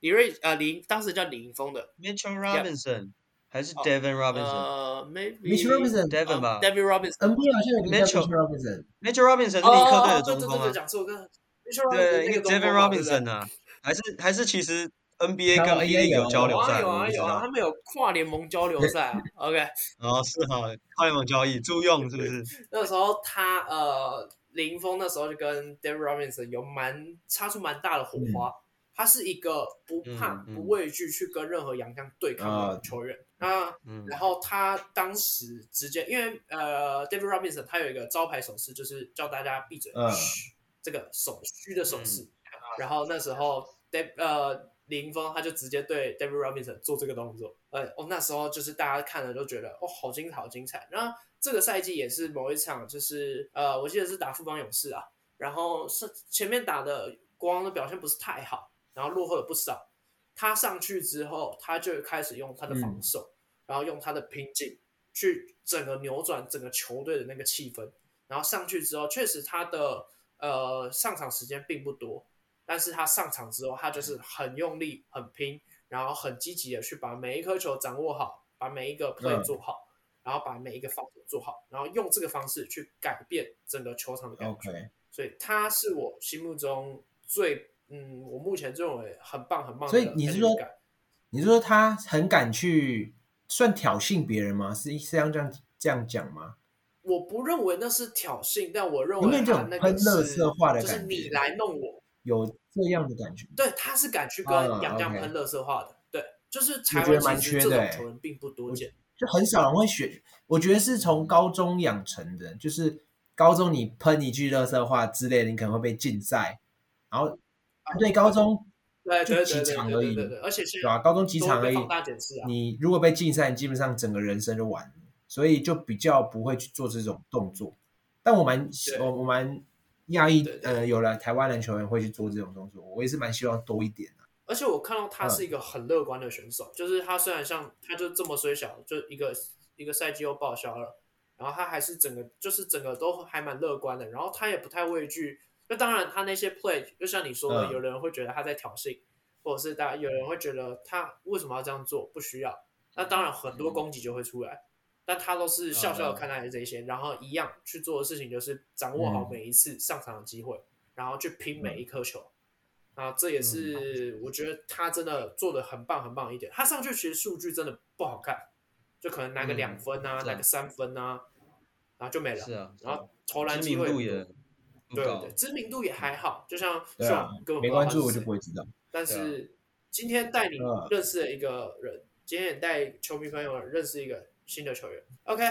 Speaker 1: 李瑞呃李当时叫李盈峰的
Speaker 2: Mitchell Robinson 还是 Devin Robinson？Mitchell
Speaker 1: 哦呃 maybe
Speaker 3: Mitch Robinson，NBA
Speaker 2: Devin 吧
Speaker 1: d a v i d Robinson
Speaker 3: 好像有个叫
Speaker 2: Mitchell
Speaker 3: Mitch
Speaker 2: Robinson 是
Speaker 3: Robinson，
Speaker 2: 尼克队的中
Speaker 1: 哦对对对
Speaker 2: 锋啊
Speaker 1: 对，讲错，跟 Mitchell
Speaker 2: 对，因
Speaker 1: Robinson
Speaker 2: 为 Devin Robinson 啊，还是还是其实 NBA
Speaker 3: 他
Speaker 2: 跟
Speaker 3: 们
Speaker 2: P
Speaker 3: NBA
Speaker 2: League 有交
Speaker 1: 有
Speaker 2: 流
Speaker 1: 啊
Speaker 2: 赛，
Speaker 1: 有
Speaker 2: 我
Speaker 1: 啊
Speaker 2: 不知
Speaker 1: 有啊，他
Speaker 2: 道。
Speaker 1: 们有跨联盟交流赛啊，OK。
Speaker 2: 哦，是哈，跨联盟交易租用是不是？
Speaker 1: 那时候他呃，林峰那时候就跟 David Robinson 有蛮擦出蛮大的火花。他是一个不怕、
Speaker 2: 嗯嗯
Speaker 1: 不畏惧去跟任何洋将对抗的
Speaker 3: 啊
Speaker 1: 球员。那
Speaker 2: 嗯，
Speaker 1: 然后他当时直接，因为呃，David Robinson 他有一个招牌手势，就是叫大家闭嘴，
Speaker 3: 嗯
Speaker 1: 嘘这个手虚的手势。然后那时候 Dave 呃林峰他就直接对 David Robinson 做这个动作，呃，哦那时候就是大家看了都觉得哦好精彩，好精彩。然后这个赛季也是某一场，就是呃我记得是打富邦勇士啊，然后是前面打的国王的表现不是太好，然后落后了不少。他上去之后，他就开始用他的
Speaker 3: 嗯
Speaker 1: 防守。然后用他的拼劲去整个扭转整个球队的那个气氛。然后上去之后，确实他的呃上场时间并不多，但是他上场之后，他就是很用力、很拼，然后很积极的去把每一颗球掌握好，把每一个 play
Speaker 3: 嗯
Speaker 1: 做好，然后把每一个防守做好，然后用这个方式去改变整个球场的感觉。
Speaker 3: OK，
Speaker 1: 所以他是我心目中最嗯，我目前认为很棒、很棒的。
Speaker 3: 所以你是说你是说他很敢去算挑衅别人吗？是是要这样这样讲吗？
Speaker 1: 我不认为那是挑衅，但我认
Speaker 3: 有没
Speaker 1: 为
Speaker 3: 有这
Speaker 1: 他
Speaker 3: 种
Speaker 1: 那
Speaker 3: 喷
Speaker 1: 个
Speaker 3: 乐
Speaker 1: 是
Speaker 3: 色化的
Speaker 1: 就是
Speaker 3: 感
Speaker 1: 你
Speaker 3: 觉？
Speaker 1: 来弄我，
Speaker 3: 有这样的感觉？
Speaker 1: 对，他是敢去跟
Speaker 3: 嗯
Speaker 1: 洋将
Speaker 3: OK
Speaker 1: 喷乐色化的，对，就是
Speaker 3: 我
Speaker 1: 台
Speaker 3: 觉得
Speaker 1: 湾
Speaker 3: 蛮
Speaker 1: 其实
Speaker 3: 缺
Speaker 1: 这
Speaker 3: 的
Speaker 1: 种
Speaker 3: 欸
Speaker 1: 球员并不多
Speaker 3: 我
Speaker 1: 见，
Speaker 3: 就很少人会学。我觉得是从高中养成的，就是高中你喷一句垃圾话之类的，你可能会被禁赛。然后
Speaker 1: 啊
Speaker 3: 对高中
Speaker 1: 对
Speaker 3: 就
Speaker 1: 对
Speaker 3: 几
Speaker 1: 对对
Speaker 3: 场
Speaker 1: 对
Speaker 3: 而
Speaker 1: 对
Speaker 3: 已
Speaker 1: 对对，而且是
Speaker 3: 对吧、高中几场而已
Speaker 1: 都会被，放大检视啊
Speaker 3: 你如果被禁赛，你基本上整个人生就完了，所以就比较不会去做这种动作。但我蛮
Speaker 1: 对
Speaker 3: 我我蛮讶异
Speaker 1: 对，对
Speaker 3: 呃，有了台湾篮球员会去做这种动作，我也是蛮希望多一点的、
Speaker 1: 而且我看到
Speaker 3: 嗯
Speaker 1: 他是一个很乐观的选手，就是他虽然像他就这么虽小，就一个一个赛季又报销了，然后他还是整个就是整个都还蛮乐观的，然后他也不太畏惧。那当然，他那些 play 就像你说的，
Speaker 3: 嗯
Speaker 1: 有人会觉得他在挑衅，或者是大有人会觉得他为什么要这样做，不需要。那当然，很
Speaker 3: 嗯
Speaker 1: 多攻击就会出来，但他都是笑笑的看待这些，然后一样去做的事情就是掌握好
Speaker 3: 嗯
Speaker 1: 每一次上场的机会，然后去拼每一颗球。啊，这也是我觉得他真的做的很棒很棒的一点。他上去其实数据真的不好看，就可能拿个两分啊，
Speaker 2: 嗯
Speaker 1: 拿个三分啊，然后就没了。
Speaker 2: 是啊，
Speaker 1: 然后投篮
Speaker 2: 知
Speaker 1: 机
Speaker 2: 名
Speaker 1: 会
Speaker 2: 度也不
Speaker 1: 对对
Speaker 2: 高
Speaker 1: 对，，知名度也还好，就像
Speaker 3: 对啊
Speaker 1: Sean 根本不知
Speaker 3: 没
Speaker 1: 道
Speaker 3: 关
Speaker 1: 他是
Speaker 3: 注我就
Speaker 1: 谁
Speaker 3: 不会知道。
Speaker 1: 但是今天带你
Speaker 3: 嗯
Speaker 1: 认识了一个人，今天也带球迷朋友认识一个新的球员。OK，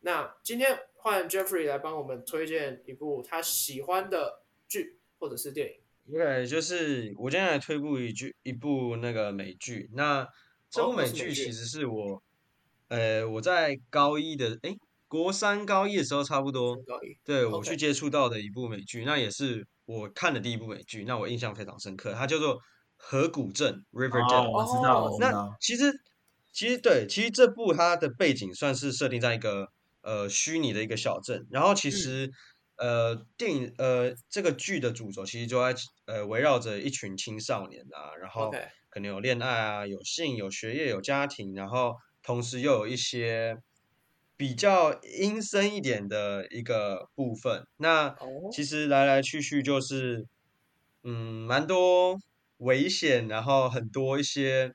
Speaker 1: 那今天换 Jeffrey 来帮我们推荐一部他喜欢的剧或者是电影。
Speaker 2: OK，就是我今天来推部一剧一部那个美剧，那这
Speaker 1: 哦
Speaker 2: 部美
Speaker 1: 是美
Speaker 2: 剧
Speaker 1: 剧
Speaker 2: 其实是我，呃，我在高一的，诶，国三高一的时候差不多，
Speaker 1: 高一
Speaker 2: 对我
Speaker 1: OK
Speaker 2: 去接触到的一部美剧，那也是我看的第一部美剧，那我印象非常深刻，它叫做《河谷镇》
Speaker 3: 哦，
Speaker 2: （Riverdale）。
Speaker 3: 我知道，
Speaker 1: 哦
Speaker 3: 我知
Speaker 2: 那
Speaker 3: 道，
Speaker 2: 其实，其实对，其实这部它的背景算是设定在一个呃虚拟的一个小镇，然后其
Speaker 1: 嗯
Speaker 2: 实、呃电影呃这个剧的主轴其实就在呃围绕着一群青少年啊，然后
Speaker 1: OK
Speaker 2: 可能有恋爱啊，有性，有学业，有家庭，然后同时又有一些比较阴森一点的一个部分。那
Speaker 1: 哦
Speaker 2: 其实来来去去就是，嗯，蛮多危险，然后很多一些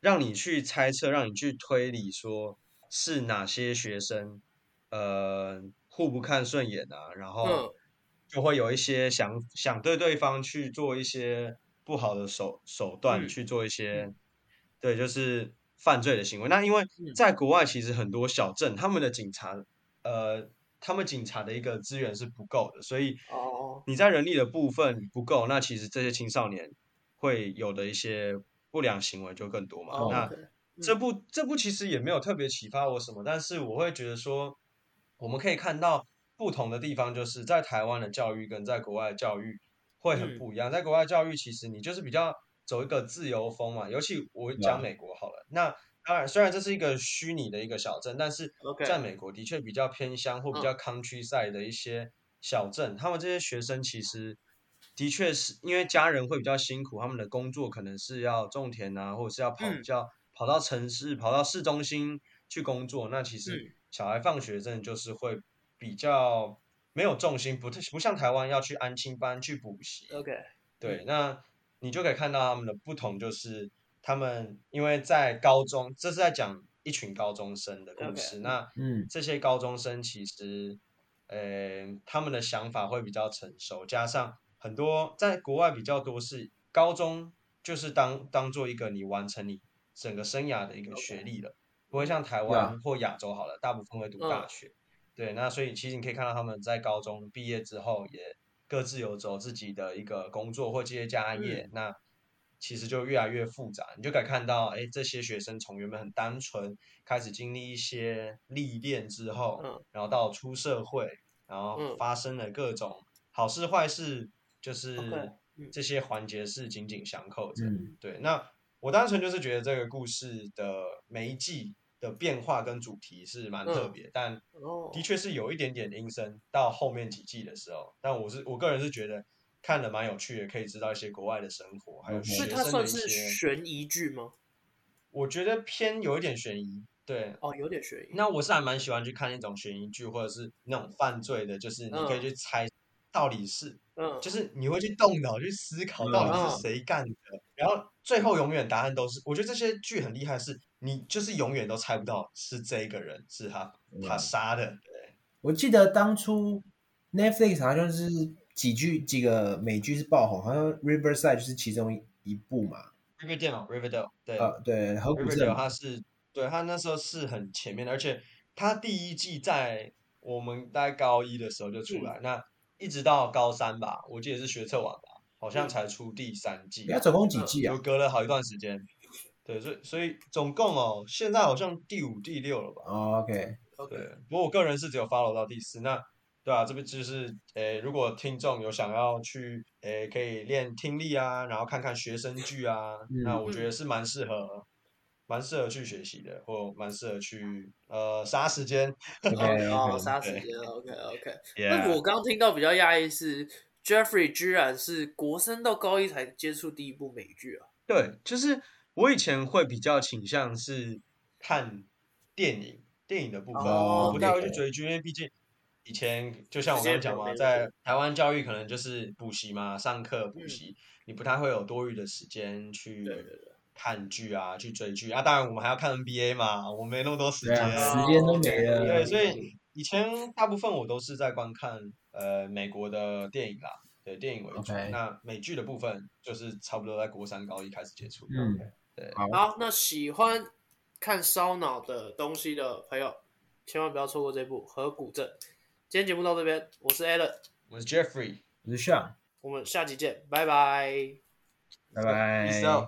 Speaker 2: 让你去猜测，让你去推理，说是哪些学生，呃，互不看顺眼啊，然后
Speaker 1: 嗯
Speaker 2: 就会有一些想想对对方去做一些不好的手手段，
Speaker 1: 嗯
Speaker 2: 去做一些，对，就是犯罪的行为。那因为
Speaker 1: 嗯
Speaker 2: 在国外，其实很多小镇他们的警察，呃，他们警察的一个资源是不够的，所以
Speaker 1: 哦，
Speaker 2: 你在人力的部分不够，那其实这些青少年会有的一些不良行为就更多嘛。
Speaker 1: 哦
Speaker 2: 那
Speaker 1: OK
Speaker 2: 这部这部其实也没有特别启发我什么，但是我会觉得说，我们可以看到不同的地方，就是在台湾的教育跟在国外的教育会很
Speaker 1: 嗯
Speaker 2: 不一样。在国外教育，其实你就是比较走一个自由风嘛，尤其我讲
Speaker 3: 啊
Speaker 2: 美国好了。那当然，虽然这是一个虚拟的一个小镇，但是
Speaker 1: OK
Speaker 2: 在美国的确比较偏乡或
Speaker 1: 嗯
Speaker 2: 比较 countryside 的一些小镇，他们这些学生其实的确是因为家人会比较辛苦，他们的工作可能是要种田啊，或者是要跑
Speaker 1: 嗯
Speaker 2: 比较跑到城市、跑到市中心去工作。那其
Speaker 1: 嗯
Speaker 2: 实小孩放学真的就是会比较没有重心，不太不像台湾要去安亲班去补习，
Speaker 1: OK，
Speaker 2: 对，
Speaker 1: 嗯
Speaker 2: 那你就可以看到他们的不同，就是他们因为在高中，这是在讲一群高中生的故
Speaker 1: OK，
Speaker 2: 事。
Speaker 1: 嗯
Speaker 2: 那
Speaker 3: 嗯
Speaker 2: 这些高中生其实，呃，他们的想法会比较成熟，加上很多在国外比较多是高中就是当当做一个你完成你整个生涯的一个
Speaker 1: OK
Speaker 2: 学历了，不会像台湾或亚洲好了，大部分会读大
Speaker 1: 嗯
Speaker 2: 学。对，那所以其实你可以看到他们在高中毕业之后，也各自有走自己的一个工作或接家
Speaker 1: 嗯
Speaker 2: 业，那其实就越来越复杂。你就可以看到，哎，这些学生从原本很单纯，开始经历一些历练之后，
Speaker 1: 嗯
Speaker 2: 然后到出社会，然后
Speaker 1: 嗯
Speaker 2: 发生了各种好事坏事，就是
Speaker 1: OK，嗯
Speaker 2: 这些环节是紧紧相扣着。
Speaker 3: 嗯，
Speaker 2: 对，那我单纯就是觉得这个故事的每一季的变化跟主题是蛮特
Speaker 1: 嗯
Speaker 2: 别，但
Speaker 1: 哦
Speaker 2: 的确是有一点点阴森到后面几季的时候。但我是我个人是觉得看了蛮有趣的，可以知道一些国外的生活，还有
Speaker 3: 所以
Speaker 1: 所
Speaker 2: 学
Speaker 1: 以
Speaker 2: 生
Speaker 1: 它算
Speaker 2: 的一
Speaker 1: 嗯是
Speaker 2: 些。
Speaker 1: 悬疑剧吗？
Speaker 2: 我觉得偏有一点悬疑，对，
Speaker 1: 哦，有点悬疑。
Speaker 2: 那我是还蛮喜欢去看那种悬疑剧，或者是那种犯罪的，就是你可以去猜到底是，
Speaker 1: 嗯，
Speaker 2: 就是你会去动脑去思考到底是谁干的，然后最后永远答案都是。我觉得这些剧很厉害是，你就是永远都猜不到是这一个人是他
Speaker 1: 嗯
Speaker 2: 他杀的。
Speaker 3: 我记得当初 Netflix 好像就是几剧几个美剧是爆红，好像 Riverside 就是其中一一部嘛。
Speaker 2: Riverdale Riverdale 对、
Speaker 1: 嗯
Speaker 3: 呃，对，河谷
Speaker 2: Riverdale
Speaker 3: 镇，
Speaker 2: 他是对他那时候是很前面的，而且他第一季在我们大概高一的时候就出来，那一直到高三吧，我记得是学测完吧，好像
Speaker 1: 嗯
Speaker 2: 才出第三季。
Speaker 3: 要总共几季啊
Speaker 2: 有？隔了好一段时间。对，所以所以总共哦，现在好像第五、第六了吧？
Speaker 3: 哦 ，OK，
Speaker 2: 对
Speaker 1: OK，，
Speaker 2: 不过我个人是只有 follow 到第四。那对啊，这边就是诶，如果听众有想要去诶，可以练听力啊，然后看看学生剧啊，
Speaker 3: 嗯
Speaker 2: 那我觉得是蛮适合，蛮适合去学习的，或蛮适合去呃杀时间。
Speaker 3: OK，OK
Speaker 1: 哦，杀时间，OK OK。那
Speaker 2: Yeah，
Speaker 1: 我刚听到比较讶异是，Jeffrey 居然是国生到高一才接触第一部美剧啊。
Speaker 2: 对，就是我以前会比较倾向是看电影，电影的部分，
Speaker 1: 哦
Speaker 2: 我不太会去
Speaker 3: 对
Speaker 2: 追剧，因为毕竟以前就像我
Speaker 1: 时
Speaker 2: 刚
Speaker 1: 间
Speaker 2: 刚讲
Speaker 1: 比较没
Speaker 2: 嘛，
Speaker 1: 那么
Speaker 2: 在
Speaker 1: 多
Speaker 2: 台湾教育可能就是补习嘛，上课补
Speaker 1: 嗯
Speaker 2: 习，你不太会有多余的时间去
Speaker 1: 对对对，
Speaker 2: 看剧啊，去追剧啊。当然，我们还要看 NBA 嘛，我没那么多时
Speaker 3: 对
Speaker 2: 间。
Speaker 3: 啊时间都没了
Speaker 2: 对，所以以前大部分我都是在观看呃美国的电影啦，对电影为主。
Speaker 3: OK
Speaker 2: 那美剧的部分就是差不多在国三高一开始接触。
Speaker 3: 嗯，
Speaker 1: 好，那喜欢看烧脑的东西的朋友，千万不要错过这部《河谷镇》。今天节目到这边，我是 Alan，
Speaker 2: 我是 Jeffrey，
Speaker 3: 我是 Sean，
Speaker 1: 我们下集见，拜拜。
Speaker 3: 拜
Speaker 2: ，peace
Speaker 3: 拜。
Speaker 2: out。